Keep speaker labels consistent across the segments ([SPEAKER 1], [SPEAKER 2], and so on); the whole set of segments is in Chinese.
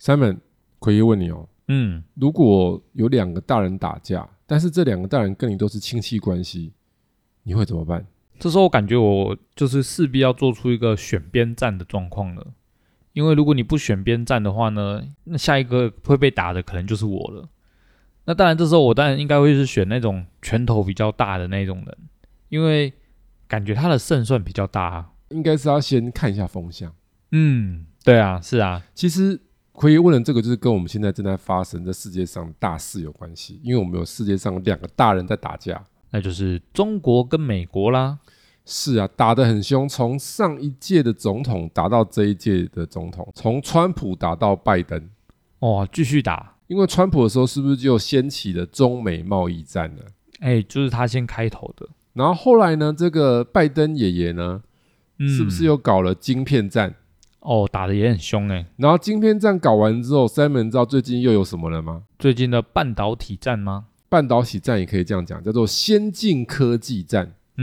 [SPEAKER 1] Simon，奎爷问你哦，
[SPEAKER 2] 嗯，
[SPEAKER 1] 如果有两个大人打架，但是这两个大人跟你都是亲戚关系，你会怎么办？
[SPEAKER 2] 这时候我感觉我就是势必要做出一个选边站的状况了，因为如果你不选边站的话呢，那下一个会被打的可能就是我了。那当然，这时候我当然应该会是选那种拳头比较大的那种人，因为感觉他的胜算比较大、啊。
[SPEAKER 1] 应该是要先看一下风向。
[SPEAKER 2] 嗯，对啊，是啊，
[SPEAKER 1] 其实奎爷问的这个，就是跟我们现在正在发生在世界上的大事有关系，因为我们有世界上两个大人在打架。
[SPEAKER 2] 那就是中国跟美国啦。
[SPEAKER 1] 是啊，打得很凶，从上一届的总统打到这一届的总统，从川普打到拜登。
[SPEAKER 2] 哦，继续打，
[SPEAKER 1] 因为川普的时候，是不是就掀起了中美贸易战呢？
[SPEAKER 2] 哎，就是他先开头的，
[SPEAKER 1] 然后后来呢，这个拜登爷爷呢，
[SPEAKER 2] 嗯，
[SPEAKER 1] 是不是又搞了晶片战？
[SPEAKER 2] 哦，打的也很凶哎、
[SPEAKER 1] 然后晶片战搞完之后，Simon 知道最近又有什么了吗？
[SPEAKER 2] 最近的半导体战吗？
[SPEAKER 1] 半导体战也可以这样讲，叫做先进科技战。
[SPEAKER 2] 嗯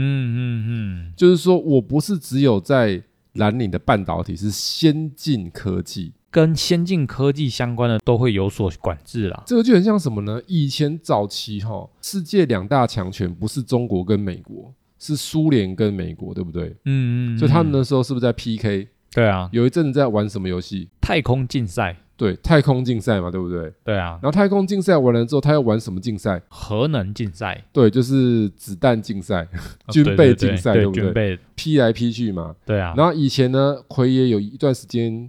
[SPEAKER 2] 嗯嗯，
[SPEAKER 1] 就是说我不是只有在蓝领的半导体，是先进科技。
[SPEAKER 2] 跟先进科技相关的都会有所管制啦。
[SPEAKER 1] 这个就很像什么呢？以前早期哈、世界两大强权不是中国跟美国，是苏联跟美国，对不对？
[SPEAKER 2] 嗯
[SPEAKER 1] 所以他们那时候是不是在 PK？
[SPEAKER 2] 对啊，
[SPEAKER 1] 有一阵子在玩什么游戏？
[SPEAKER 2] 太空竞赛，
[SPEAKER 1] 对，太空竞赛嘛，对不对？
[SPEAKER 2] 对啊
[SPEAKER 1] 然，后太空竞赛完了之后，他要玩什么竞赛？
[SPEAKER 2] 核能竞赛，
[SPEAKER 1] 对，就是子弹竞赛，
[SPEAKER 2] 呃
[SPEAKER 1] 军
[SPEAKER 2] 对
[SPEAKER 1] 备
[SPEAKER 2] 对
[SPEAKER 1] 竞
[SPEAKER 2] 对
[SPEAKER 1] 赛
[SPEAKER 2] 对
[SPEAKER 1] 对不对
[SPEAKER 2] 军备，
[SPEAKER 1] 劈来劈去嘛。
[SPEAKER 2] 对啊，
[SPEAKER 1] 然后以前呢，奎爷有一段时间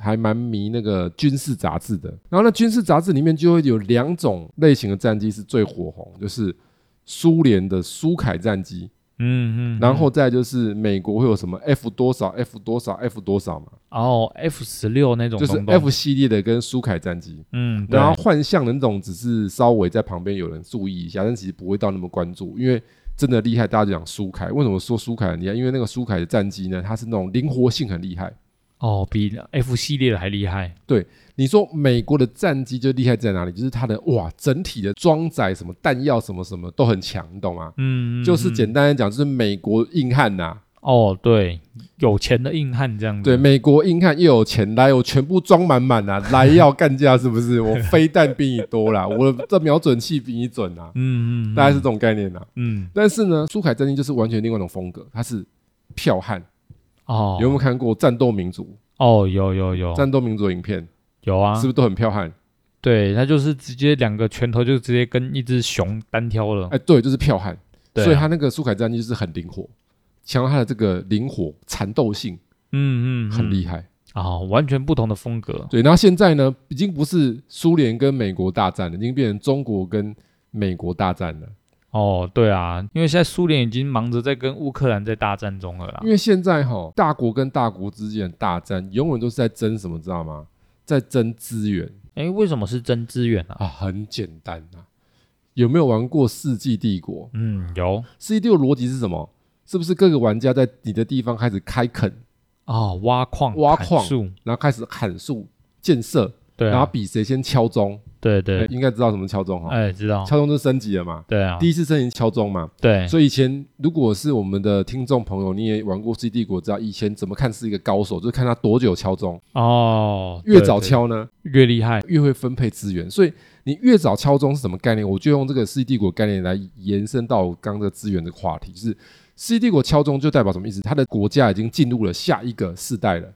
[SPEAKER 1] 还蛮迷那个军事杂志的。然后那军事杂志里面就会有两种类型的战机是最火红，就是苏联的苏凯战机，
[SPEAKER 2] 嗯嗯，
[SPEAKER 1] 然后再就是美国会有什么 F 多少 F 多少 F 多少嘛，
[SPEAKER 2] 哦 F 十六那种
[SPEAKER 1] 就是
[SPEAKER 2] 东东
[SPEAKER 1] F 系列的跟苏凯战机。
[SPEAKER 2] 嗯，对
[SPEAKER 1] 然后幻象的那种只是稍微在旁边有人注意一下，但其实不会到那么关注，因为真的厉害，大家就讲苏凯。为什么说苏凯很厉害？因为那个苏凯的战机呢，它是那种灵活性很厉害。
[SPEAKER 2] 哦比 F 系列的还厉害，
[SPEAKER 1] 你说美国的战机就厉害在哪里？就是它的哇，整体的装载什么弹药什么什么都很强，你懂吗？
[SPEAKER 2] 嗯，嗯
[SPEAKER 1] 就是
[SPEAKER 2] 嗯
[SPEAKER 1] 简单来讲，就是美国硬汉呐、
[SPEAKER 2] 哦对，有钱的硬汉这样子，
[SPEAKER 1] 对，美国硬汉又有钱，来我全部装满满 啊，来要干架是不是？我飞弹比你多啦，我的这瞄准器比你准啊，
[SPEAKER 2] 嗯，嗯嗯，
[SPEAKER 1] 大概是这种概念啊。
[SPEAKER 2] 嗯
[SPEAKER 1] 但是呢，苏凯战机就是完全另外一种风格，它是剽悍。
[SPEAKER 2] 哦
[SPEAKER 1] 有没有看过战斗民族？
[SPEAKER 2] 哦有有有
[SPEAKER 1] 战斗民族的影片
[SPEAKER 2] 有啊，
[SPEAKER 1] 是不是都很剽悍？
[SPEAKER 2] 对，他就是直接两个拳头就直接跟一只熊单挑了。
[SPEAKER 1] 哎，对，就是剽悍。
[SPEAKER 2] 对啊
[SPEAKER 1] 所以他那个苏凯战机就是很灵活，强调他的这个灵活缠斗性
[SPEAKER 2] 嗯嗯，
[SPEAKER 1] 很厉
[SPEAKER 2] 害
[SPEAKER 1] 害。
[SPEAKER 2] 啊、完全不同的风格。
[SPEAKER 1] 对，然后现在呢，已经不是苏联跟美国大战了，已经变成中国跟美国大战了。
[SPEAKER 2] 哦，对啊，因为现在苏联已经忙着在跟乌克兰在大战中了啦
[SPEAKER 1] 因。为现在哈，大国跟大国之间的大战，永远都是在争什么，知道吗？在争资源
[SPEAKER 2] 哎，为什么是真资源啊？
[SPEAKER 1] 啊，很简单啊。有没有玩过《世纪帝国》？
[SPEAKER 2] 嗯，有
[SPEAKER 1] 世纪帝国逻辑是什么？是不是各个玩家在你的地方开始开垦，
[SPEAKER 2] 哦，挖矿、
[SPEAKER 1] 挖
[SPEAKER 2] 砍
[SPEAKER 1] 矿
[SPEAKER 2] 树，
[SPEAKER 1] 然后开始砍树、建设，
[SPEAKER 2] 对
[SPEAKER 1] 然后
[SPEAKER 2] 啊，
[SPEAKER 1] 比谁先敲钟？
[SPEAKER 2] 对
[SPEAKER 1] 哎
[SPEAKER 2] 对，
[SPEAKER 1] 应该知道什么敲钟哈。
[SPEAKER 2] 哎，知道，
[SPEAKER 1] 敲钟就升级了嘛，
[SPEAKER 2] 对啊，哎
[SPEAKER 1] 第一次升级敲钟嘛。
[SPEAKER 2] 对，
[SPEAKER 1] 所以以前如果是我们的听众朋友，你也玩过《C 帝国》，知道以前怎么看是一个高手，就是看他多久敲钟，
[SPEAKER 2] 哦，
[SPEAKER 1] 越
[SPEAKER 2] 对
[SPEAKER 1] 早
[SPEAKER 2] 对
[SPEAKER 1] 敲呢，
[SPEAKER 2] 越厉害。
[SPEAKER 1] 越会分配资源。所以你越早敲钟是什么概念？我就用这个《世纪帝国》概念来延伸到我刚刚的资源这个话题，就是《世纪帝国》敲钟就代表什么意思？它的国家已经进入了下一个世代了，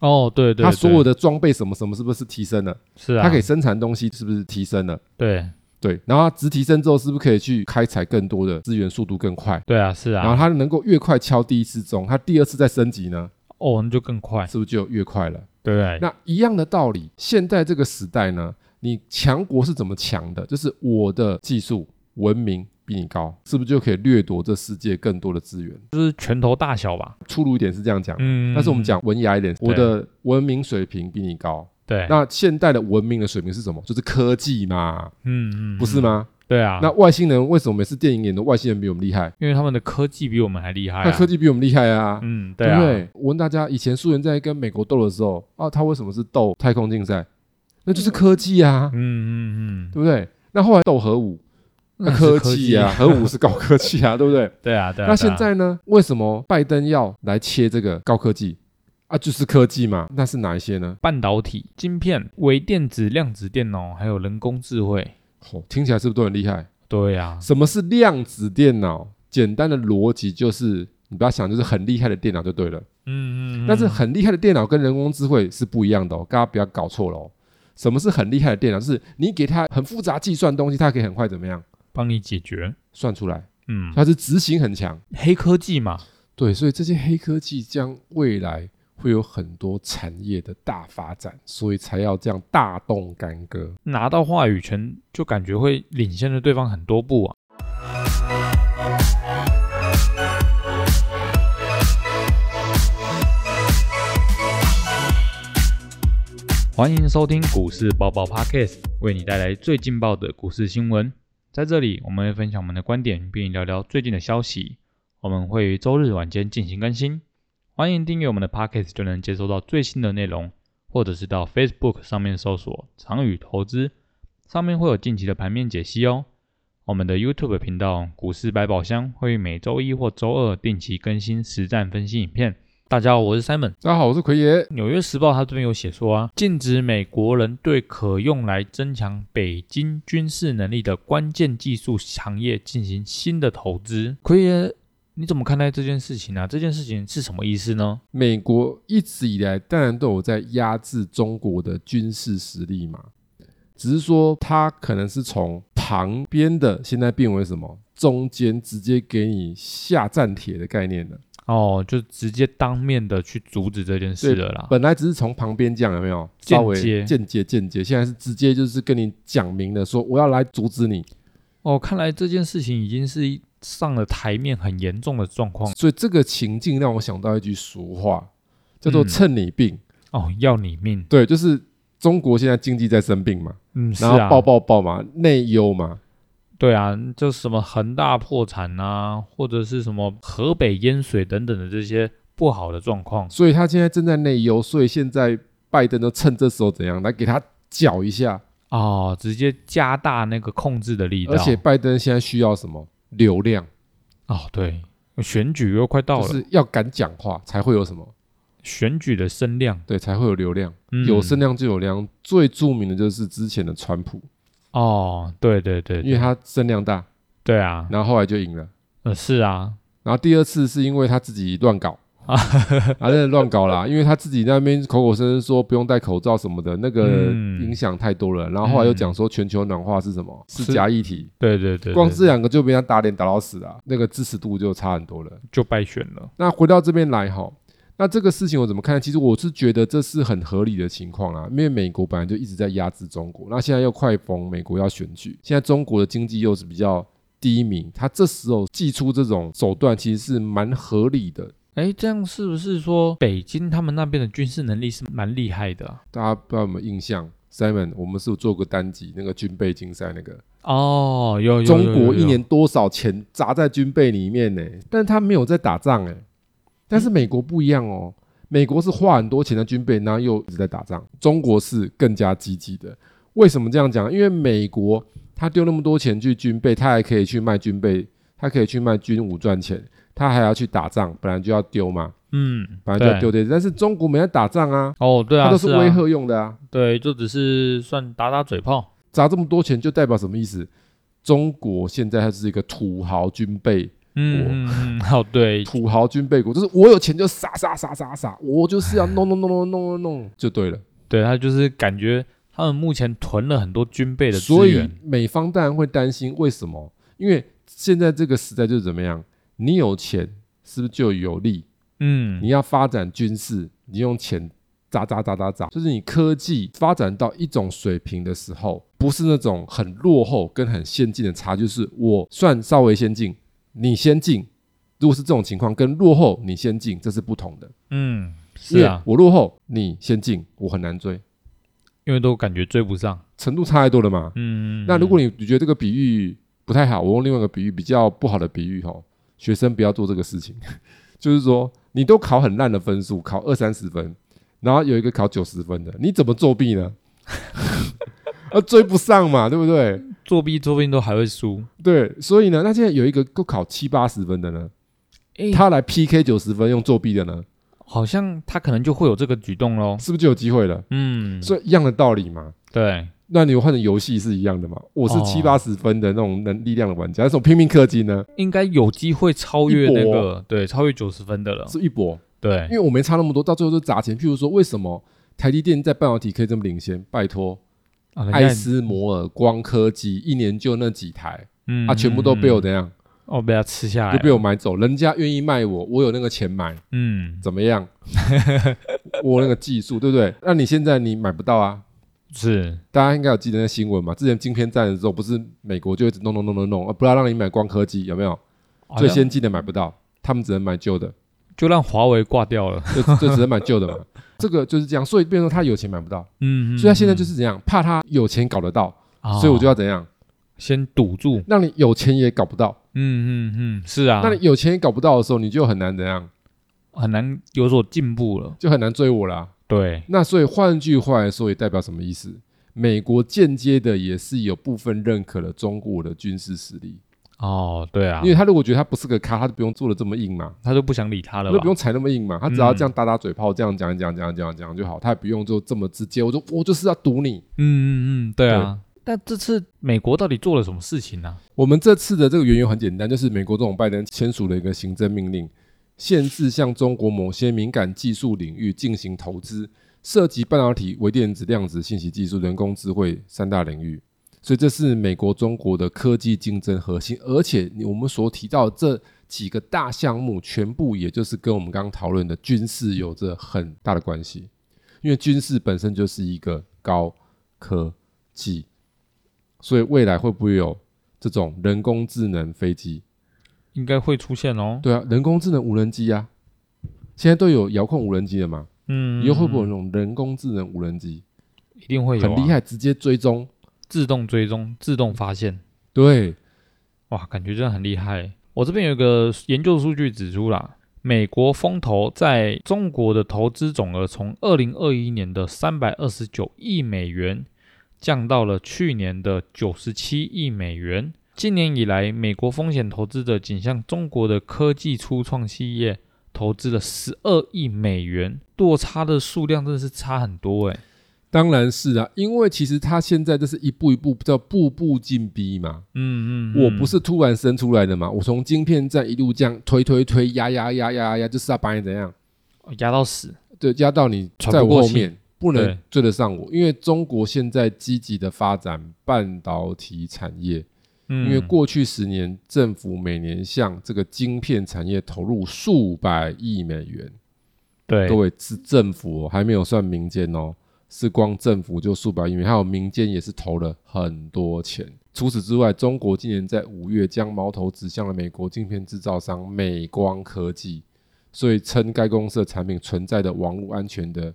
[SPEAKER 2] 哦，对对，
[SPEAKER 1] 它所有
[SPEAKER 2] 的
[SPEAKER 1] 的装备什么什么是不是提升了？
[SPEAKER 2] 是啊，
[SPEAKER 1] 它可以生产东西是不是提升了？
[SPEAKER 2] 对
[SPEAKER 1] 对，然后它值提升之后，是不是可以去开采更多的资源，速度更快？
[SPEAKER 2] 对啊，是
[SPEAKER 1] 然后
[SPEAKER 2] 啊，
[SPEAKER 1] 它能够越快敲第一次钟，它第二次再升级呢，
[SPEAKER 2] 哦，那就更快，
[SPEAKER 1] 是不是就越快了？
[SPEAKER 2] 对不对？
[SPEAKER 1] 那一样的道理，现在这个时代呢，你强国是怎么强的？就是我的技术文明比你高，是不是就可以掠夺这世界更多的资源？
[SPEAKER 2] 就是拳头大小吧。
[SPEAKER 1] 粗鲁一点是这样讲，
[SPEAKER 2] 嗯，
[SPEAKER 1] 但是我们
[SPEAKER 2] 嗯
[SPEAKER 1] 讲文雅一点，我的文明水平比你高。
[SPEAKER 2] 对，
[SPEAKER 1] 那现代的文明的水平是什么？就是科技嘛，
[SPEAKER 2] 嗯嗯，
[SPEAKER 1] 不是
[SPEAKER 2] 嗯？
[SPEAKER 1] 吗？
[SPEAKER 2] 对啊，
[SPEAKER 1] 那外星人为什么每次电影演的外星人比我们厉害？
[SPEAKER 2] 因为他们的科技比我们还厉害、啊。
[SPEAKER 1] 那科技比我们厉害啊。
[SPEAKER 2] 嗯，
[SPEAKER 1] 对
[SPEAKER 2] 对啊，
[SPEAKER 1] 不对？我问大家，以前苏联在跟美国斗的时候，啊，他为什么是斗太空竞赛？那就是科技啊。
[SPEAKER 2] 嗯嗯嗯，
[SPEAKER 1] 对不对？那后来斗核武，那
[SPEAKER 2] 是
[SPEAKER 1] 科
[SPEAKER 2] 科
[SPEAKER 1] 技啊，核武是高科 技啊，对不对？
[SPEAKER 2] 对啊，对啊。
[SPEAKER 1] 那
[SPEAKER 2] 对啊
[SPEAKER 1] 现在呢？为什么拜登要来切这个高科技啊，就是科技嘛。那是哪一些呢？
[SPEAKER 2] 半导体、晶片、微电子、量子电脑，还有人工智慧。
[SPEAKER 1] 哦，听起来是不是都很厉害？
[SPEAKER 2] 对啊呀、
[SPEAKER 1] 什么是量子电脑？简单的逻辑就是，你不要想，就是很厉害的电脑就对了。
[SPEAKER 2] 嗯嗯嗯。
[SPEAKER 1] 但是很厉害的电脑跟人工智慧是不一样的哦，大家不要搞错了哦。什么是很厉害的电脑？就是你给它很复杂计算的东西，它可以很快怎么样
[SPEAKER 2] 帮你解决。
[SPEAKER 1] 算出来，
[SPEAKER 2] 嗯，
[SPEAKER 1] 它是执行很强。
[SPEAKER 2] 黑科技嘛，
[SPEAKER 1] 对，所以这些黑科技将未来会有很多产业的大发展，所以才要这样大动干戈。
[SPEAKER 2] 拿到话语权就感觉会领先了对方很多步啊。欢迎收听股市爆爆 Podcast，为你带来最劲爆的股市新闻。在这里，我们会分享我们的观点，并聊聊最近的消息。我们会于周日晚间进行更新，欢迎订阅我们的 Podcast，就能接收到最新的内容。或者是到 Facebook 上面搜索“长宇投资”，上面会有近期的盘面解析哦。我们的 YouTube 频道“股市百宝箱”会每周一或周二定期更新实战分析影片。大家好，我是 Simon。
[SPEAKER 1] 大家好，我是奎爷。
[SPEAKER 2] 《纽约时报》它这边有写说啊，禁止美国人对可用来增强北京军事能力的关键技术行业进行新的投资。奎爷，你怎么看待这件事情啊？这件事情是什么意思呢？
[SPEAKER 1] 美国一直以来当然都有在压制中国的军事实力嘛，只是说它可能是从旁边的，现在变为什么中间直接给你下战帖的概念了。
[SPEAKER 2] 哦，就直接当面的去阻止这件事了啦。
[SPEAKER 1] 本来只是从旁边讲有没有
[SPEAKER 2] 啊间接
[SPEAKER 1] 稍微间接间接，现在是直接就是跟你讲明了，说我要来阻止你，
[SPEAKER 2] 哦，看来这件事情已经是上了台面很严重的状况
[SPEAKER 1] 所以这个情境让我想到一句俗话，叫做“
[SPEAKER 2] 嗯
[SPEAKER 1] 趁你病”
[SPEAKER 2] 哦，要你命。
[SPEAKER 1] 对，就是中国现在经济在生病嘛，
[SPEAKER 2] 嗯，是
[SPEAKER 1] 然后
[SPEAKER 2] 啊，
[SPEAKER 1] 爆爆爆嘛，内忧嘛，
[SPEAKER 2] 对啊，就什么恒大破产啊，或者是什么河北淹水等等的这些不好的状况。
[SPEAKER 1] 所以他现在正在内忧，所以现在拜登都趁这时候怎样来给他搅一下，
[SPEAKER 2] 哦，直接加大那个控制的力道。
[SPEAKER 1] 而且拜登现在需要什么流量，
[SPEAKER 2] 哦，对，选举又快到了，
[SPEAKER 1] 就是要敢讲话才会有什么，
[SPEAKER 2] 选举的声量，
[SPEAKER 1] 对，才会有流量，
[SPEAKER 2] 嗯、
[SPEAKER 1] 有声量就有量。最著名的就是之前的川普，
[SPEAKER 2] 哦，对对对，
[SPEAKER 1] 因为他声量大，
[SPEAKER 2] 对啊，
[SPEAKER 1] 然后后来就赢了。
[SPEAKER 2] 呃，是啊，
[SPEAKER 1] 然后第二次是因为他自己乱搞
[SPEAKER 2] 啊
[SPEAKER 1] 啊，真的乱搞啦，因为他自己在那边口口声声说不用戴口罩什么的，那个
[SPEAKER 2] 嗯
[SPEAKER 1] 影响太多了。然后后来又讲说全球暖化是什么，
[SPEAKER 2] 是
[SPEAKER 1] 是假议题，
[SPEAKER 2] 对对对对
[SPEAKER 1] 光这两个就被他打脸打到死啊，那个支持度就差很多了。
[SPEAKER 2] 就败选了。
[SPEAKER 1] 那回到这边来哈，那这个事情我怎么看？其实我是觉得这是很合理的情况啊，因为美国本来就一直在压制中国，那现在又快逢美国要选举，现在中国的经济又是比较低迷，他这时候祭出这种手段其实是蛮合理的。
[SPEAKER 2] 哎，这样是不是说北京他们那边的军事能力是蛮厉害的啊、
[SPEAKER 1] 大家不知道有没有印象？Simon，我们是有做过单集那个军备竞赛那个，
[SPEAKER 2] 哦，有有
[SPEAKER 1] 中
[SPEAKER 2] 有
[SPEAKER 1] 国
[SPEAKER 2] 有
[SPEAKER 1] 一
[SPEAKER 2] 有
[SPEAKER 1] 年多少钱砸在军备里面呢、但是他没有在打仗哎、但是美国不一样哦，
[SPEAKER 2] 嗯
[SPEAKER 1] 美国是花很多钱在军备，然后又一直在打仗。中国是更加积极的。为什么这样讲？因为美国他丢那么多钱去军备，他还可以去卖军备，他可以去卖军武赚钱，他还要去打仗，本来就要丢嘛，
[SPEAKER 2] 嗯，
[SPEAKER 1] 本来就要
[SPEAKER 2] 对
[SPEAKER 1] 丢的。但是中国没在打仗啊，
[SPEAKER 2] 哦，对啊，
[SPEAKER 1] 他都是
[SPEAKER 2] 啊
[SPEAKER 1] 威吓用的啊。
[SPEAKER 2] 对，就只是算打打嘴炮。
[SPEAKER 1] 砸这么多钱就代表什么意思？中国现在它是一个土豪军备
[SPEAKER 2] 嗯嗯，嗯 哦，对，
[SPEAKER 1] 土豪军备股，就是我有钱就杀杀杀杀杀，我就是要弄弄弄弄弄弄弄就对了。
[SPEAKER 2] 对他就是感觉他们目前囤了很多军备的
[SPEAKER 1] 所
[SPEAKER 2] 资
[SPEAKER 1] 以
[SPEAKER 2] 源。
[SPEAKER 1] 美方当然会担心，为什么？因为现在这个时代就是怎么样，你有钱是不是就有利？
[SPEAKER 2] 嗯
[SPEAKER 1] 你要发展军事，你用钱砸砸砸砸砸，就是你科技发展到一种水平的时候，不是那种很落后跟很先进的差距，就是我算稍微先进，你先进。如果是这种情况，跟落后你先进，这是不同的。
[SPEAKER 2] 嗯，是
[SPEAKER 1] 因为
[SPEAKER 2] 啊，
[SPEAKER 1] 我落后，你先进，我很难追，
[SPEAKER 2] 因为都感觉追不上。
[SPEAKER 1] 程度差太多了嘛。
[SPEAKER 2] 嗯，
[SPEAKER 1] 那如果你你觉得这个比喻不太好，我用另外一个比喻比较不好的比喻吼，学生不要做这个事情， 就是说你都考很烂的分数，考二三十分，然后有一个考九十分的，你怎么作弊呢？ 而追不上嘛，对不对？
[SPEAKER 2] 作弊，作弊都还会输。
[SPEAKER 1] 对，所以呢，那现在有一个够考七八十分的呢，
[SPEAKER 2] 诶
[SPEAKER 1] 他来 PK 九十分用作弊的呢，
[SPEAKER 2] 好像他可能就会有这个举动喽。
[SPEAKER 1] 是不是就有机会了？
[SPEAKER 2] 嗯，
[SPEAKER 1] 所以一样的道理嘛。
[SPEAKER 2] 对，
[SPEAKER 1] 那你换成游戏是一样的嘛？我是
[SPEAKER 2] 哦
[SPEAKER 1] 七八十分的那种能力量的玩家，但是我拼命氪金呢，
[SPEAKER 2] 应该有机会超越那
[SPEAKER 1] 一
[SPEAKER 2] 个，对，超越九十分的了。
[SPEAKER 1] 是一搏，
[SPEAKER 2] 对
[SPEAKER 1] 因，为我没差那么多，到最后就砸钱。譬如说，为什么台积电在半导体可以这么领先？拜托，
[SPEAKER 2] 啊人家
[SPEAKER 1] 艾斯摩尔、光科技一年就那几台，
[SPEAKER 2] 嗯
[SPEAKER 1] 啊，全部都被我怎样，
[SPEAKER 2] 哦被他吃下来
[SPEAKER 1] 就
[SPEAKER 2] 了，
[SPEAKER 1] 被我买走。人家愿意卖我，我有那个钱买，
[SPEAKER 2] 嗯，
[SPEAKER 1] 怎么 样？我有那个技术，对不对？那你现在你买不到啊。
[SPEAKER 2] 是
[SPEAKER 1] 大家应该有记得那新闻嘛？之前晶片战的时候，不是美国就一直弄弄弄弄弄，啊不要让你买光科技，有没有？
[SPEAKER 2] 好
[SPEAKER 1] 最
[SPEAKER 2] 像
[SPEAKER 1] 先进的买不到，他们只能买旧的，
[SPEAKER 2] 就让华为挂掉了。
[SPEAKER 1] 就就只能买旧的 嘛。这个就是这样，所以变成他有钱买不到，
[SPEAKER 2] 嗯，嗯
[SPEAKER 1] 所以他现在就
[SPEAKER 2] 嗯
[SPEAKER 1] 是怎样，怕他有钱搞得到，
[SPEAKER 2] 哦
[SPEAKER 1] 所以我就要怎样，
[SPEAKER 2] 先堵住。
[SPEAKER 1] 让你有钱也搞不到。
[SPEAKER 2] 嗯嗯嗯，是啊，
[SPEAKER 1] 那你有钱也搞不到的时候，你就很难怎样，
[SPEAKER 2] 很难有所进步了。
[SPEAKER 1] 就很难追我啦、
[SPEAKER 2] 对，
[SPEAKER 1] 那所以换句话来说，也代表什么意思？美国间接的也是有部分认可了中国的军事实力，
[SPEAKER 2] 哦，对啊，
[SPEAKER 1] 因为他如果觉得他不是个咖，他就不用做的这么硬嘛。
[SPEAKER 2] 他就不想理他了
[SPEAKER 1] 那
[SPEAKER 2] 吧？嗯
[SPEAKER 1] 不用踩那么硬嘛，他只要这样打打嘴炮，这样讲一讲讲一讲讲就好，他也不用就这么直接。我就我就是要堵你。
[SPEAKER 2] 嗯嗯嗯，对啊。但这次美国到底做了什么事情啊呢、
[SPEAKER 1] 我们这次的这个缘由很简单，就是美国总统拜登签署了一个行政命令，限制向中国某些敏感技术领域进行投资，涉及半导体、微电子、量子信息技术、人工智慧三大领域。所以这是美国中国的科技竞争核心，而且你我们所提到的这几个大项目，全部也就是跟我们刚刚讨论的军事有着很大的关系，因为军事本身就是一个高科技，所以未来会不会有这种人工智能飞机？
[SPEAKER 2] 应该会出现哦。
[SPEAKER 1] 对啊，人工智能无人机啊，现在都有遥控无人机了嘛，
[SPEAKER 2] 嗯，
[SPEAKER 1] 以后会不会有那种人工智能无人机
[SPEAKER 2] 一定会有、啊
[SPEAKER 1] 很厉，害，直接追踪？
[SPEAKER 2] 自动追踪、自动发现，
[SPEAKER 1] 对，
[SPEAKER 2] 哇，感觉真的很厉害。我这边有一个研究数据指出啦，美国风投在中国的投资总额从二零二一年的三百二十九亿美元降到了去年的九十七亿美元。今年以来，美国风险投资者仅向中国的科技初创企业投资了十二亿美元，落差的数量真的是差很多欸诶、
[SPEAKER 1] 当然是啊，因为其实他现在就是一步一步叫步步进逼嘛。
[SPEAKER 2] 嗯
[SPEAKER 1] 我不是突然生出来的嘛，我从晶片站一路这样推推推压压压压压，就是要把你怎样，
[SPEAKER 2] 哦压到死，
[SPEAKER 1] 对，压到你
[SPEAKER 2] 喘
[SPEAKER 1] 在
[SPEAKER 2] 不过
[SPEAKER 1] 我后
[SPEAKER 2] 气
[SPEAKER 1] 面，不能
[SPEAKER 2] 对
[SPEAKER 1] 追得上我。因为中国现在积极的发展半导体产业，
[SPEAKER 2] 嗯
[SPEAKER 1] 因为过去十年政府每年向这个晶片产业投入数百亿美元。
[SPEAKER 2] 对
[SPEAKER 1] 各位是政府、哦，还没有算民间哦，是光政府就数百亿元，还有民间也是投了很多钱。除此之外，中国今年在五月将矛头指向了美国镜片制造商美光科技，所以称该公司的产品存在的网络安全的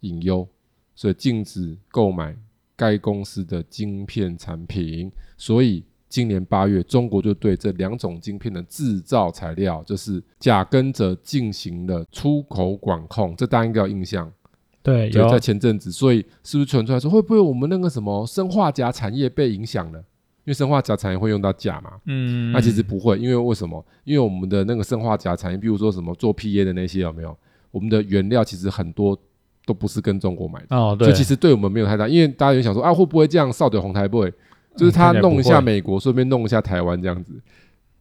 [SPEAKER 1] 隐忧，所以禁止购买该公司的晶片产品。所以今年八月，中国就对这两种晶片的制造材料，就是甲跟者进行了出口管控，这大家应该有印象。
[SPEAKER 2] 对
[SPEAKER 1] 对，在前阵子，所以是不是传出来说，会不会我们那个什么生化钾产业被影响了？因为生化钾产业会用到钾嘛。
[SPEAKER 2] 嗯，
[SPEAKER 1] 那、啊其实不会，因为为什么？因为我们的那个生化钾产业，比如说什么做 PA 的那些，有没有？我们的原料其实很多都不是跟中国买的。
[SPEAKER 2] 哦，
[SPEAKER 1] 所
[SPEAKER 2] 对，
[SPEAKER 1] 以其实对我们没有太大，因为大家有想说啊，会不会这样少点红台不会？就是他
[SPEAKER 2] 嗯看起来
[SPEAKER 1] 弄一
[SPEAKER 2] 不
[SPEAKER 1] 下
[SPEAKER 2] 会
[SPEAKER 1] 美国，顺便弄一下台湾这样子，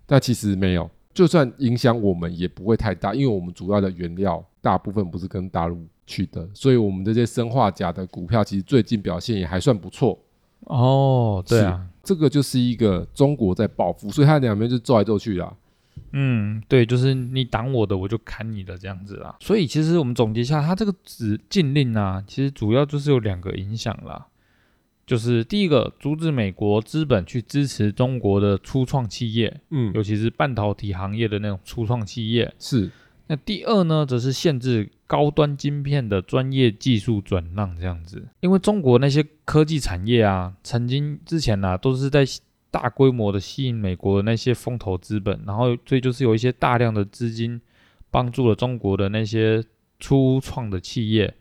[SPEAKER 1] 但其实没有，就算影响我们也不会太大，因为我们主要的原料大部分不是跟大陆去的，所以我们这些生化钾的股票其实最近表现也还算不错。
[SPEAKER 2] 哦，对啊，
[SPEAKER 1] 这个就是一个中国在报复，所以它两边就斗来斗去啦。
[SPEAKER 2] 嗯，对，就是你挡我的，我就砍你的这样子啊。所以其实我们总结一下，它这个指禁令啊，其实主要就是有两个影响啦，就是第一个，阻止美国资本去支持中国的初创企业，
[SPEAKER 1] 嗯，
[SPEAKER 2] 尤其是半导体行业的那种初创企业。
[SPEAKER 1] 是
[SPEAKER 2] 那第二呢，则是限制高端晶片的专业技术转让这样子，因为中国那些科技产业啊，曾经之前啊，都是在大规模的吸引美国的那些风投资本，然后所以就是有一些大量的资金帮助了中国的那些初创的企业，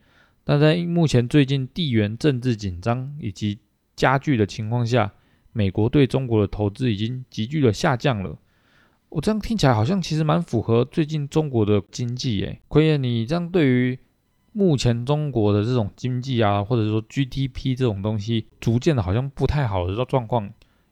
[SPEAKER 2] 但在目前最近地缘政治紧张以及加剧的情况下，美国对中国的投资已经急剧的下降了。我这样听起来好像其实蛮符合最近中国的经济诶。奎爷，你这样对于目前中国的这种经济啊，或者说 GDP 这种东西，逐渐的好像不太好的状况，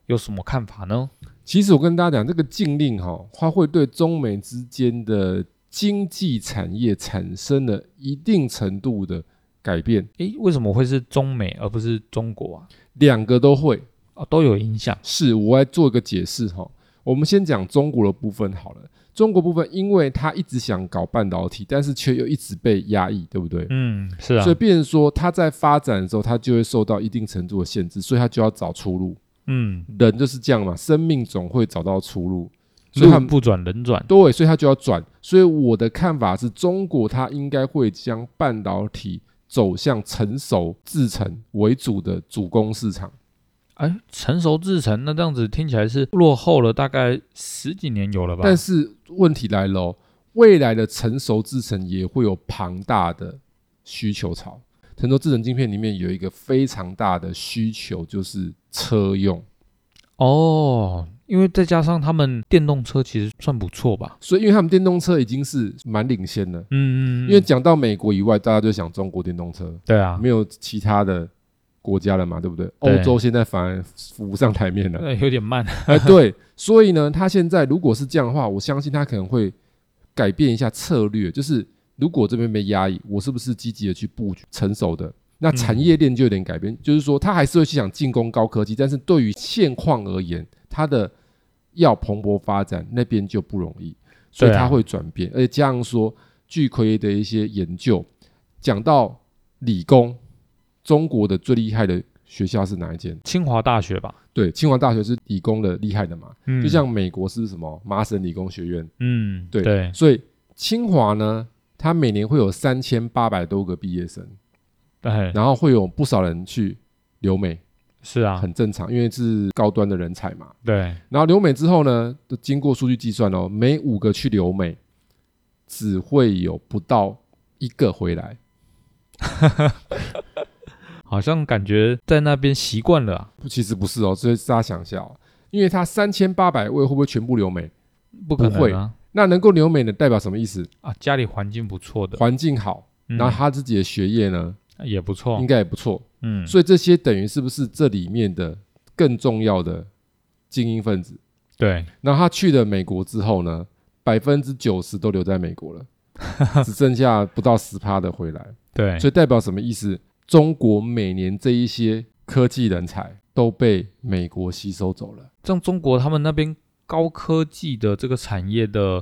[SPEAKER 2] 有什么看法呢？
[SPEAKER 1] 其实我跟大家讲，这个禁令哈、它会对中美之间的经济产业产生了一定程度的改变，
[SPEAKER 2] 诶，为什么会是中美而不是中国啊？
[SPEAKER 1] 两个都会。
[SPEAKER 2] 哦，都有影响。
[SPEAKER 1] 是，我来做一个解释哈。我们先讲中国的部分好了。中国部分，因为它一直想搞半导体，但是却又一直被压抑，对不对？
[SPEAKER 2] 嗯，是啊
[SPEAKER 1] 所以，，变成说它在发展的时候，它就会受到一定程度的限制，所以它就要找出路。
[SPEAKER 2] 嗯，
[SPEAKER 1] 人就是这样嘛，生命总会找到出路，所以他
[SPEAKER 2] 路
[SPEAKER 1] 们
[SPEAKER 2] 不转人转。
[SPEAKER 1] 对，所以它就要转。所以我的看法是，中国它应该会将半导体走向成熟制程为主的主攻市场。
[SPEAKER 2] 哎，成熟制成，那这样子听起来是落后了大概十几年有了吧？
[SPEAKER 1] 但是问题来了、哦，未来的成熟制程也会有庞大的需求潮。成熟制程晶片里面有一个非常大的需求，就是车用。
[SPEAKER 2] 哦，因为再加上他们电动车其实算不错吧？
[SPEAKER 1] 所以，因为他们电动车已经是蛮领先了。
[SPEAKER 2] 嗯
[SPEAKER 1] 因为讲到美国以外，大家就想中国电动车，
[SPEAKER 2] 对啊，
[SPEAKER 1] 没有其他的国家了嘛，对不对？欧
[SPEAKER 2] 对
[SPEAKER 1] 洲现在反而浮上台面了。
[SPEAKER 2] 呃有点慢。
[SPEAKER 1] 哎，对，所以呢，他现在如果是这样的话，我相信他可能会改变一下策略，就是如果这边被压抑，我是不是积极的去布局成熟的？那
[SPEAKER 2] 嗯
[SPEAKER 1] 产业链就有点改变，就是说他还是会去想进攻高科技，但是对于现况而言，他的要蓬勃发展那边就不容易，所以
[SPEAKER 2] 对啊
[SPEAKER 1] 他会转变。而且加上说，据奎的一些研究，讲到理工，中国的最厉害的学校是哪一间？
[SPEAKER 2] 清华大学吧，
[SPEAKER 1] 对，清华大学是理工的厉害的嘛，
[SPEAKER 2] 嗯
[SPEAKER 1] 就像美国是什么麻省理工学院，
[SPEAKER 2] 嗯，
[SPEAKER 1] 对
[SPEAKER 2] 对，
[SPEAKER 1] 所以清华呢，它每年会有三千八百多个毕业生，
[SPEAKER 2] 哎，
[SPEAKER 1] 然后会有不少人去留美，
[SPEAKER 2] 是啊，
[SPEAKER 1] 很正常，因为是高端的人才嘛。
[SPEAKER 2] 对，
[SPEAKER 1] 然后留美之后呢，就经过数据计算哦，每五个去留美，只会有不到一个回来。
[SPEAKER 2] 好像感觉在那边习惯了啊，
[SPEAKER 1] 不其实不是哦，所以大家想一下哦，因为他三千八百位会不会全部留美？
[SPEAKER 2] 不可
[SPEAKER 1] 不会
[SPEAKER 2] 能啊
[SPEAKER 1] 那能够留美的代表什么意思？
[SPEAKER 2] 啊，家里环境不错的，
[SPEAKER 1] 环境好，
[SPEAKER 2] 嗯
[SPEAKER 1] 然后他自己的学业呢，
[SPEAKER 2] 也不错
[SPEAKER 1] 应，该也不错。
[SPEAKER 2] 嗯，
[SPEAKER 1] 所以这些等于是不是这里面的更重要的精英分子？
[SPEAKER 2] 对，
[SPEAKER 1] 然后他去了美国之后呢，百分之九十都留在美 国了，只剩下不到十趴的回来。
[SPEAKER 2] 对，
[SPEAKER 1] 所以代表什么意思？中国每年这一些科技人才都被美国吸收走了。
[SPEAKER 2] 像中国他们那边高科技的这个产业的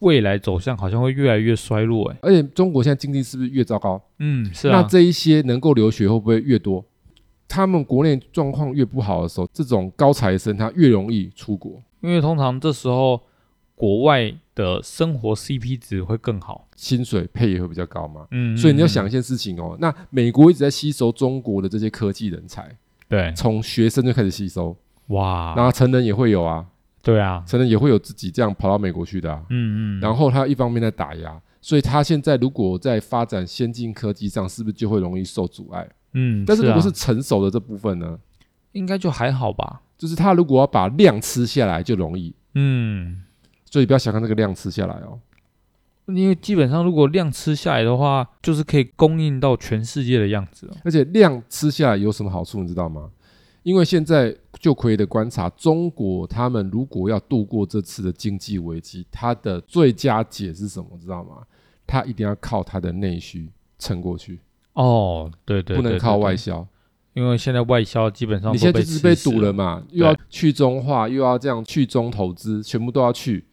[SPEAKER 2] 未来走向好像会越来越衰落，哎，
[SPEAKER 1] 而且中国现在经济是不是越糟糕？
[SPEAKER 2] 嗯，是
[SPEAKER 1] 那
[SPEAKER 2] 啊，
[SPEAKER 1] 这一些能够留学会不会越多？他们国内状况越不好的时候，这种高材生他越容易出国。
[SPEAKER 2] 因为通常这时候国外的生活 CP 值会更好，
[SPEAKER 1] 薪水配也会比较高嘛。
[SPEAKER 2] 嗯，
[SPEAKER 1] 所以你要
[SPEAKER 2] 嗯
[SPEAKER 1] 想一，件事情哦，那美国一直在吸收中国的这些科技人才，
[SPEAKER 2] 对，
[SPEAKER 1] 从学生就开始吸收，然
[SPEAKER 2] 哇，
[SPEAKER 1] 后成人也会有啊，
[SPEAKER 2] 对啊，
[SPEAKER 1] 成人也会有自己这样跑到美国去的啊。
[SPEAKER 2] 嗯嗯，
[SPEAKER 1] 然后他一方面在打压，所以他现在如果在发展先进科技上，是不是就会容易受阻碍？
[SPEAKER 2] 嗯，
[SPEAKER 1] 但是如
[SPEAKER 2] 啊
[SPEAKER 1] 果是成熟的这部分呢，
[SPEAKER 2] 应该就还好吧，
[SPEAKER 1] 就是他如果要把量吃下来就容易，
[SPEAKER 2] 嗯，
[SPEAKER 1] 所以不要小看这个量吃下来哦。
[SPEAKER 2] 因为基本上如果量吃下来的话，就是可以供应到全世界的样子了。
[SPEAKER 1] 而且量吃下来有什么好处，你知道吗？因为现在就可以的观察，中国他们如果要度过这次的经济危机，它的最佳解是什么？知道吗？它一定要靠它的内需撑过去，
[SPEAKER 2] 哦，对对
[SPEAKER 1] 不能靠外
[SPEAKER 2] 销，
[SPEAKER 1] 销。
[SPEAKER 2] 因为现在外销基本上
[SPEAKER 1] 你
[SPEAKER 2] 都
[SPEAKER 1] 现在就是被
[SPEAKER 2] 吃死
[SPEAKER 1] 堵了，嘛，又要去中化，又要这样去中投资，全部都要去。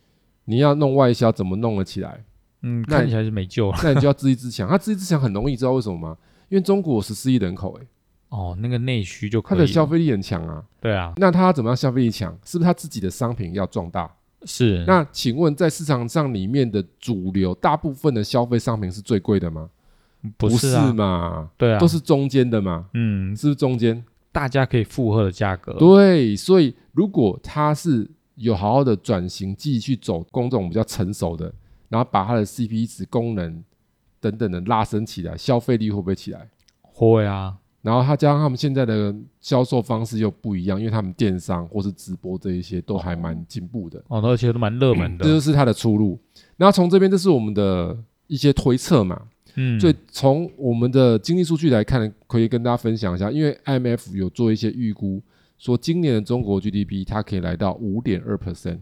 [SPEAKER 1] 你要弄外销，怎么弄得起来？
[SPEAKER 2] 嗯，
[SPEAKER 1] 那
[SPEAKER 2] 看起来是没救了。
[SPEAKER 1] 那你就要自立自强。它啊自立自强很容易，知道为什么吗？因为中国十四亿人口、欸，
[SPEAKER 2] 哦，那个内需就可
[SPEAKER 1] 它
[SPEAKER 2] 以了，
[SPEAKER 1] 的消费力很强啊。
[SPEAKER 2] 对啊，
[SPEAKER 1] 那他怎么样消费力强？是不是他自己的商品要壮大？
[SPEAKER 2] 是
[SPEAKER 1] 那请问，在市场上里面的主流，大部分的消费商品是最贵的吗？
[SPEAKER 2] 不
[SPEAKER 1] 是
[SPEAKER 2] 啊？
[SPEAKER 1] 嘛？
[SPEAKER 2] 对啊，
[SPEAKER 1] 都是中间的嘛？
[SPEAKER 2] 嗯，
[SPEAKER 1] 是不是中间？
[SPEAKER 2] 大家可以负荷的价格，
[SPEAKER 1] 对，所以如果他是有好好的转型，继续去走公众比较成熟的，然后把它的 CP 值、功能等等的拉升起来，消费力会不会起来？
[SPEAKER 2] 会啊，
[SPEAKER 1] 然后他加上他们现在的销售方式又不一样，因为他们电商或是直播这一些都还蛮进步的，
[SPEAKER 2] 哦，而且都蛮热门
[SPEAKER 1] 嗯这
[SPEAKER 2] 的，
[SPEAKER 1] 就是它的出路。然后从这边，这是我们的一些推测嘛，
[SPEAKER 2] 嗯，
[SPEAKER 1] 所以从我们的经济数据来看，可以跟大家分享一下，因为 IMF 有做一些预估，说今年的中国 GDP 它可以来到五点二 percent，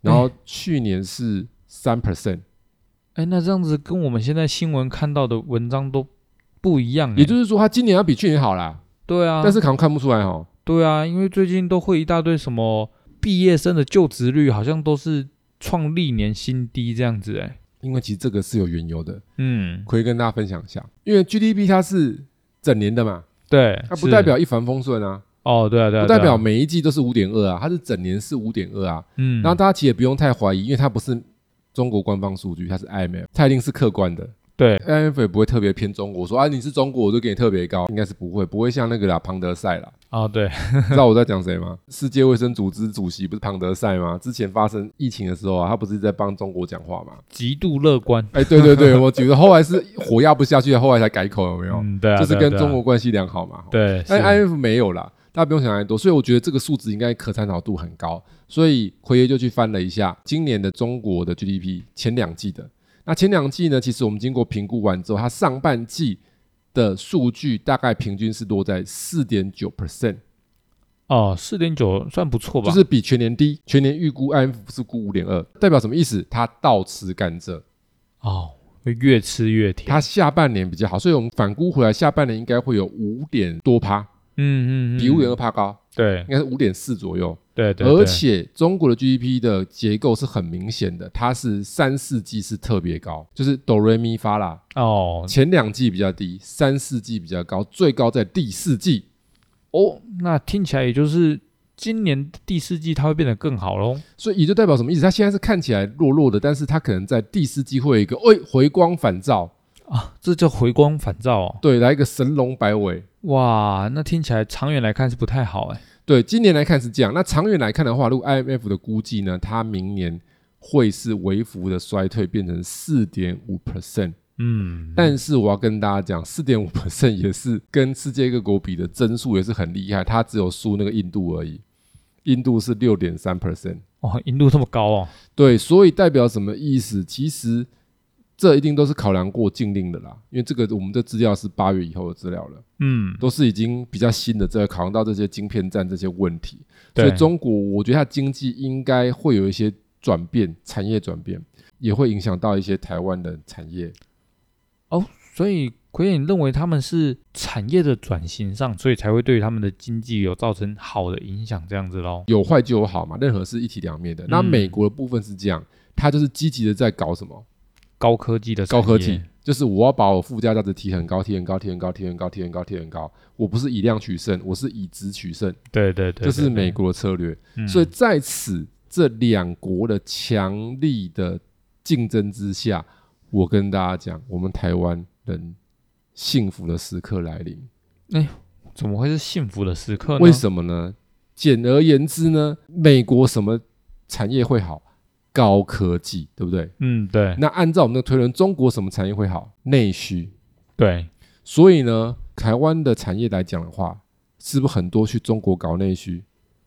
[SPEAKER 1] 然后去年是三 percent，
[SPEAKER 2] 哎，那这样子跟我们现在新闻看到的文章都不一样欸，
[SPEAKER 1] 也就是说它今年要比去年好啦，
[SPEAKER 2] 对啊，
[SPEAKER 1] 但是可能看不出来哦。
[SPEAKER 2] 对啊，因为最近都会一大堆什么毕业生的就职率好像都是创历年新低这样子、欸，哎，
[SPEAKER 1] 因为其实这个是有缘由的，
[SPEAKER 2] 嗯，
[SPEAKER 1] 可以跟大家分享一下。因为 GDP 它是整年的嘛，
[SPEAKER 2] 对，
[SPEAKER 1] 啊它不
[SPEAKER 2] 是
[SPEAKER 1] 代表一帆风顺啊，
[SPEAKER 2] 哦，对啊，对啊，
[SPEAKER 1] 不代
[SPEAKER 2] 对啊
[SPEAKER 1] 表，每一季都是五点二啊，它是整年是五点二啊。
[SPEAKER 2] 嗯，
[SPEAKER 1] 然后大家其实也不用太怀疑，因为它不是中国官方数据，它是 IMF，它一定是客观的。
[SPEAKER 2] 对，
[SPEAKER 1] IMF 也不会特别偏中国，说啊你是中国我就给你特别高，应该是不会，不会像那个啦庞德赛 啦，
[SPEAKER 2] 哦，对，
[SPEAKER 1] 知道我在讲谁吗？世界卫生组织主席不是庞德赛吗？之前发生疫情的时候啊，他不是一直在帮中国讲话吗？
[SPEAKER 2] 极度乐观，
[SPEAKER 1] 哎，对对对，我觉得后来是火压不下去，后来才改口，有没有？
[SPEAKER 2] 嗯，对啊，
[SPEAKER 1] 就是
[SPEAKER 2] 对啊
[SPEAKER 1] 跟中国关哎系良好嘛。
[SPEAKER 2] 对啊，
[SPEAKER 1] 但
[SPEAKER 2] 对，是
[SPEAKER 1] IMF 没有啦，大家不用想太多，所以我觉得这个数值应该可参考度很高。所以奎爷就去翻了一下今年的中国的 GDP 前两季的。那前两季呢，其实我们经过评估完之后，它上半季的数据大概平均是落在四点九 percent，
[SPEAKER 2] 哦，四点九算不错吧，
[SPEAKER 1] 就是比全年低。全年预估 IMF 是估五点二，代表什么意思？它倒吃甘蔗，
[SPEAKER 2] 哦，会越吃越甜，
[SPEAKER 1] 它下半年比较好，所以我们反估回来，下半年应该会有五点多趴，
[SPEAKER 2] 嗯嗯嗯，
[SPEAKER 1] 比五点二趴高，
[SPEAKER 2] 对
[SPEAKER 1] 应该是五点四左右。
[SPEAKER 2] 对对，
[SPEAKER 1] 而
[SPEAKER 2] 对
[SPEAKER 1] 且中国的 GDP 的结构是很明显的，它是三四季是特别高，就是哆瑞咪发啦，
[SPEAKER 2] 哦
[SPEAKER 1] 前两季比较低，三四季比较高，最高在第四季。
[SPEAKER 2] 哦，那听起来也就是今年第四季它会变得更好喽，
[SPEAKER 1] 所以也就代表什么意思？它现在是看起来弱弱的，但是它可能在第四季会有一个哎回光返照，
[SPEAKER 2] 啊，这叫回光返照哦。
[SPEAKER 1] 对，来一个神龙摆尾。
[SPEAKER 2] 哇，那听起来长远来看是不太好哎、
[SPEAKER 1] 对，今年来看是这样。那长远来看的话，如果 IMF 的估计呢，它明年会是微幅的衰退，变成四点五 percent。
[SPEAKER 2] 嗯，
[SPEAKER 1] 但是我要跟大家讲，四点五 percent 也是跟世界各国比的增速也是很厉害，它只有输那个印度而已。印度是六点三 percent，
[SPEAKER 2] 哦，印度这么高哦，
[SPEAKER 1] 对，所以代表什么意思？其实这一定都是考量过禁令的啦，因为这个我们的资料是八月以后的资料了，
[SPEAKER 2] 嗯，
[SPEAKER 1] 都是已经比较新的，在考量到这些晶片战这些问题，所
[SPEAKER 2] 对
[SPEAKER 1] 以中国我觉得它经济应该会有一些转变，产业转变也会影响到一些台湾的产业。
[SPEAKER 2] 所以奎爷，你认为他们是产业的转型上，所以才会对他们的经济有造成好的影响，这样子喽？
[SPEAKER 1] 有坏就有好嘛，任何是一体两面的。那
[SPEAKER 2] 嗯
[SPEAKER 1] 美国的部分是这样，它就是积极的在搞什么
[SPEAKER 2] 高科技的产
[SPEAKER 1] 高科
[SPEAKER 2] 业
[SPEAKER 1] 技，，就是我要把我附加价值提很高，提很高，提很高，提很高，提很高，提很高。我不是以量取胜，我是以值取胜，
[SPEAKER 2] 对对对，
[SPEAKER 1] 这是
[SPEAKER 2] 对
[SPEAKER 1] 美，国的策略。
[SPEAKER 2] 对
[SPEAKER 1] 所以
[SPEAKER 2] 嗯
[SPEAKER 1] 在此这两国的强力的竞争之下，我跟大家讲，我们台湾人幸福的时刻来临。
[SPEAKER 2] 怎么会是幸福的时刻呢？
[SPEAKER 1] 为什么呢？简而言之呢，美国什么产业会好？高科技，对不对？
[SPEAKER 2] 嗯，对
[SPEAKER 1] 那按照我们的推论，中国什么产业会好？内需。
[SPEAKER 2] 对，
[SPEAKER 1] 所以呢，台湾的产业来讲的话，是不是很多去中国搞内需？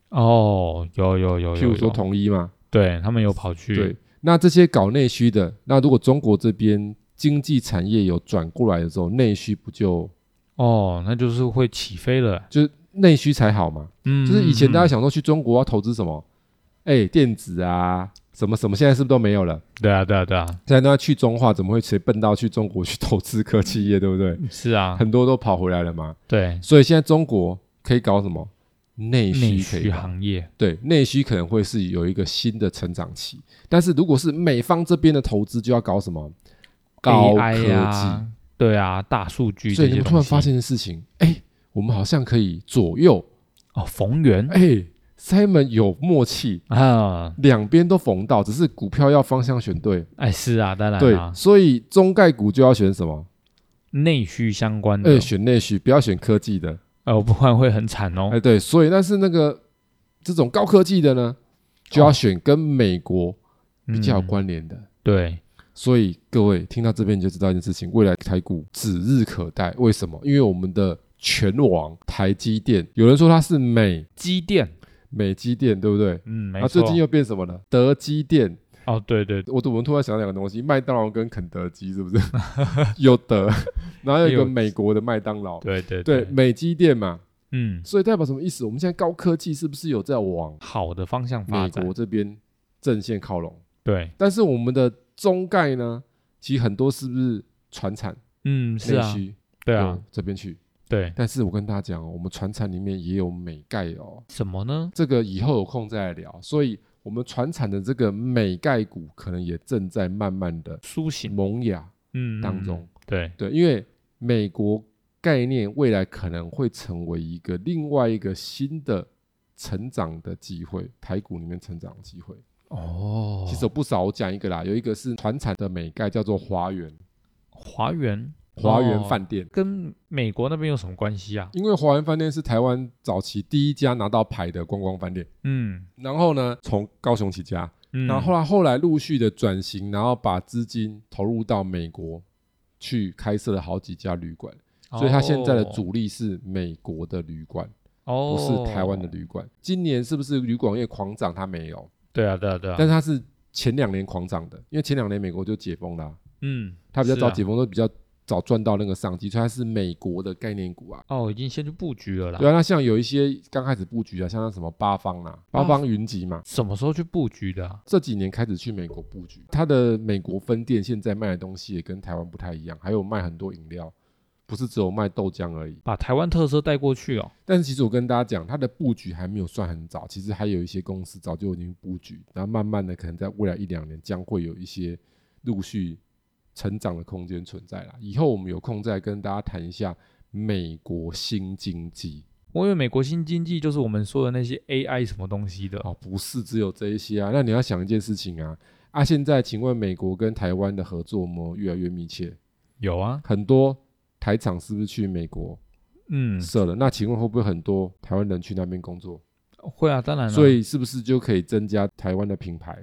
[SPEAKER 2] 哦，有有有有，
[SPEAKER 1] 譬如说
[SPEAKER 2] 有
[SPEAKER 1] 统一嘛，
[SPEAKER 2] 对他们有嗯跑去，
[SPEAKER 1] 对。那这些搞内需的，那如果中国这边经济产业有转过来的时候，内需不就
[SPEAKER 2] 哦，那就是会起飞了，
[SPEAKER 1] 就是内需才好嘛？
[SPEAKER 2] 嗯，
[SPEAKER 1] 就是以前大家
[SPEAKER 2] 家
[SPEAKER 1] 想说去中国要投资什么，哎，电子啊，什么什么，现在是不是都没有了？
[SPEAKER 2] 对啊对啊对啊，
[SPEAKER 1] 现在都要去中化，怎么会谁笨到去中国去投资科技业，对不对？
[SPEAKER 2] 是啊，
[SPEAKER 1] 很多都跑回来了嘛。
[SPEAKER 2] 对，
[SPEAKER 1] 所以现在中国可以搞什么内需
[SPEAKER 2] 内
[SPEAKER 1] 可以
[SPEAKER 2] 需
[SPEAKER 1] 搞
[SPEAKER 2] 行业，
[SPEAKER 1] 对内需可能会是有一个新的成长期，但是如果是美方这边的投资，就要搞什么高
[SPEAKER 2] AI
[SPEAKER 1] 科技。
[SPEAKER 2] 啊对啊，大数据
[SPEAKER 1] 所以
[SPEAKER 2] 这
[SPEAKER 1] 你
[SPEAKER 2] 些
[SPEAKER 1] 们突然
[SPEAKER 2] 东西
[SPEAKER 1] 发现的事情，哎，我们好像可以左右，
[SPEAKER 2] 哦，逢源
[SPEAKER 1] 哎，Simon 有默契，
[SPEAKER 2] 啊，
[SPEAKER 1] 两边都逢到，只是股票要方向选对。
[SPEAKER 2] 哎是啊，当然
[SPEAKER 1] 对
[SPEAKER 2] 啊，，
[SPEAKER 1] 所以中概股就要选什么？
[SPEAKER 2] 内需相关的
[SPEAKER 1] 哎，，选内需，不要选科技的。
[SPEAKER 2] 呃，不然会很惨哦
[SPEAKER 1] 哎，。对，所以但是那个这种高科技的呢，就要
[SPEAKER 2] 哦
[SPEAKER 1] 选跟美国比较有
[SPEAKER 2] 嗯
[SPEAKER 1] 关联的。
[SPEAKER 2] 对，
[SPEAKER 1] 所以各位听到这边你就知道一件事情，未来台股指日可待。为什么？因为我们的拳王台积电，有人说它是美
[SPEAKER 2] 机电，
[SPEAKER 1] 美积电，对不对？
[SPEAKER 2] 嗯，没
[SPEAKER 1] 啊，
[SPEAKER 2] 错。
[SPEAKER 1] 最近又变什么了？德基电，
[SPEAKER 2] 哦，对对
[SPEAKER 1] 我我们突然想到两个东西，麦当劳跟肯德基是 不是？有德，然后有一
[SPEAKER 2] 也有
[SPEAKER 1] 个美国的麦当劳，
[SPEAKER 2] 对对
[SPEAKER 1] 对，美积电嘛，
[SPEAKER 2] 嗯，
[SPEAKER 1] 所以代表什么意思？我们现在高科技是不是有在往
[SPEAKER 2] 好的方向发
[SPEAKER 1] 美
[SPEAKER 2] 展
[SPEAKER 1] 国，这边阵线靠拢？
[SPEAKER 2] 对，
[SPEAKER 1] 但是我们的中概呢，其实很多是不是传产
[SPEAKER 2] 嗯，是
[SPEAKER 1] 内
[SPEAKER 2] 啊，
[SPEAKER 1] 需嗯
[SPEAKER 2] 对啊
[SPEAKER 1] 往，这边去？
[SPEAKER 2] 对，
[SPEAKER 1] 但是我跟大家讲哦，我们船产里面也有美钙哦，
[SPEAKER 2] 什么呢？
[SPEAKER 1] 这个以后有空再来聊。所以，我们船产的这个美钙股可能也正在慢慢的
[SPEAKER 2] 苏醒，
[SPEAKER 1] 萌芽
[SPEAKER 2] 嗯，
[SPEAKER 1] 当
[SPEAKER 2] 嗯
[SPEAKER 1] 中。
[SPEAKER 2] 嗯对，
[SPEAKER 1] 对，因为美国概念未来可能会成为一个另外一个新的成长的机会，台股里面成长的机会。
[SPEAKER 2] 哦，
[SPEAKER 1] 其实有不少，我讲一个啦，有一个是船产的美钙叫做华源，
[SPEAKER 2] 华源，
[SPEAKER 1] 华源
[SPEAKER 2] 哦
[SPEAKER 1] 饭店。
[SPEAKER 2] 跟美国那边有什么关系啊？
[SPEAKER 1] 因为华源饭店是台湾早期第一家拿到牌的观光饭店，
[SPEAKER 2] 嗯
[SPEAKER 1] 然后呢，从高雄起家，
[SPEAKER 2] 嗯，
[SPEAKER 1] 然后后来后来陆续的转型，然后把资金投入到美国去开设了好几家旅馆，所以他现在的主力是美国的旅馆，
[SPEAKER 2] 哦
[SPEAKER 1] 不是台湾的，旅馆。今年是不是旅馆业狂涨？它没有，
[SPEAKER 2] 对啊对啊对
[SPEAKER 1] 但是
[SPEAKER 2] 啊，
[SPEAKER 1] 它是前两年狂涨的，因为前两年美国就解封啦、
[SPEAKER 2] 嗯，
[SPEAKER 1] 它比较
[SPEAKER 2] 是
[SPEAKER 1] 早
[SPEAKER 2] 啊
[SPEAKER 1] 解封，都比较早赚到那个商机，所以它是美国的概念股啊。
[SPEAKER 2] 哦，已经先去布局了啦。
[SPEAKER 1] 对啊，那像有一些刚开始布局啊，像那什么八方啊，八方云集嘛，
[SPEAKER 2] 什么时候去布局的啊？
[SPEAKER 1] 这几年开始去美国布局，它的美国分店现在卖的东西也跟台湾不太一样，还有卖很多饮料，不是只有卖豆浆而已。
[SPEAKER 2] 把台湾特色带过去哦。
[SPEAKER 1] 但是其实我跟大家讲，它的布局还没有算很早，其实还有一些公司早就已经布局，然后慢慢的可能在未来一两年将会有一些陆续成长的空间存在啦。以后我们有空再跟大家谈一下美国新经济。
[SPEAKER 2] 我以为美国新经济就是我们说的那些 AI 什么东西的。
[SPEAKER 1] 哦，不是只有这一些啊。那你要想一件事情啊，啊，现在请问美国跟台湾的合作有没有越来越密切？
[SPEAKER 2] 有啊，
[SPEAKER 1] 很多台厂是不是去美国
[SPEAKER 2] 嗯，
[SPEAKER 1] 设了？那请问会不会很多台湾人去那边工作？
[SPEAKER 2] 会啊，当然了。
[SPEAKER 1] 所以是不是就可以增加台湾的品牌，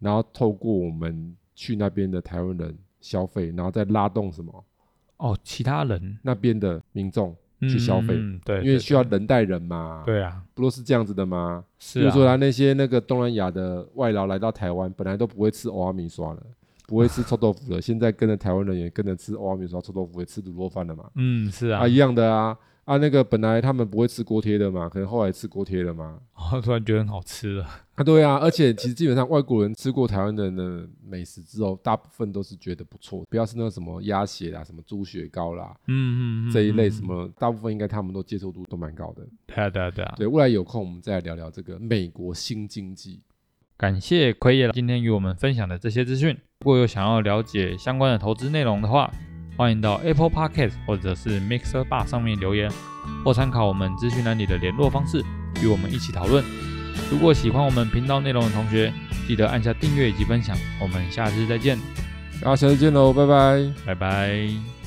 [SPEAKER 1] 然后透过我们去那边的台湾人消费，然后再拉动什么
[SPEAKER 2] 哦，其他人
[SPEAKER 1] 那边的民众？去消费
[SPEAKER 2] 嗯嗯嗯对，
[SPEAKER 1] 因为
[SPEAKER 2] 对
[SPEAKER 1] 需要人带人嘛，
[SPEAKER 2] 对啊，
[SPEAKER 1] 不都是这样子的吗？
[SPEAKER 2] 是
[SPEAKER 1] 比如
[SPEAKER 2] 啊，
[SPEAKER 1] 说他那些那个东南亚的外劳来到台湾，本来都不会吃欧阿米刷了，不会吃臭豆腐了，现在跟着台湾人也跟着吃欧阿米刷、臭豆腐，也吃卤肉饭了嘛。
[SPEAKER 2] 嗯，是啊
[SPEAKER 1] 啊，，一样的啊啊，那个本来他们不会吃锅贴的嘛，可能后来吃锅贴了嘛。
[SPEAKER 2] 我突然觉得很好吃了。
[SPEAKER 1] 啊， 对啊，而且其实基本上外国人吃过台湾人的美食之后，大部分都是觉得不错，不要是那什么鸭血啦、什么猪血糕啦
[SPEAKER 2] 嗯嗯嗯，
[SPEAKER 1] 这一类
[SPEAKER 2] 嗯
[SPEAKER 1] 什？么，大部分应该他们都接受度都蛮高的。
[SPEAKER 2] 对啊对啊对啊，
[SPEAKER 1] 对，未来有空我们再来聊聊这个美国新经济。
[SPEAKER 2] 感谢奎爷今天与我们分享的这些资讯。如果有想要了解相关的投资内容的话，欢迎到 Apple Podcast 或者是 Mixer Bar 上面留言，或参考我们资讯栏里的联络方式，与我们一起讨论。如果喜欢我们频道内容的同学，记得按下订阅以及分享。我们下次再见，
[SPEAKER 1] 好，下次见喽，拜拜。
[SPEAKER 2] 拜拜。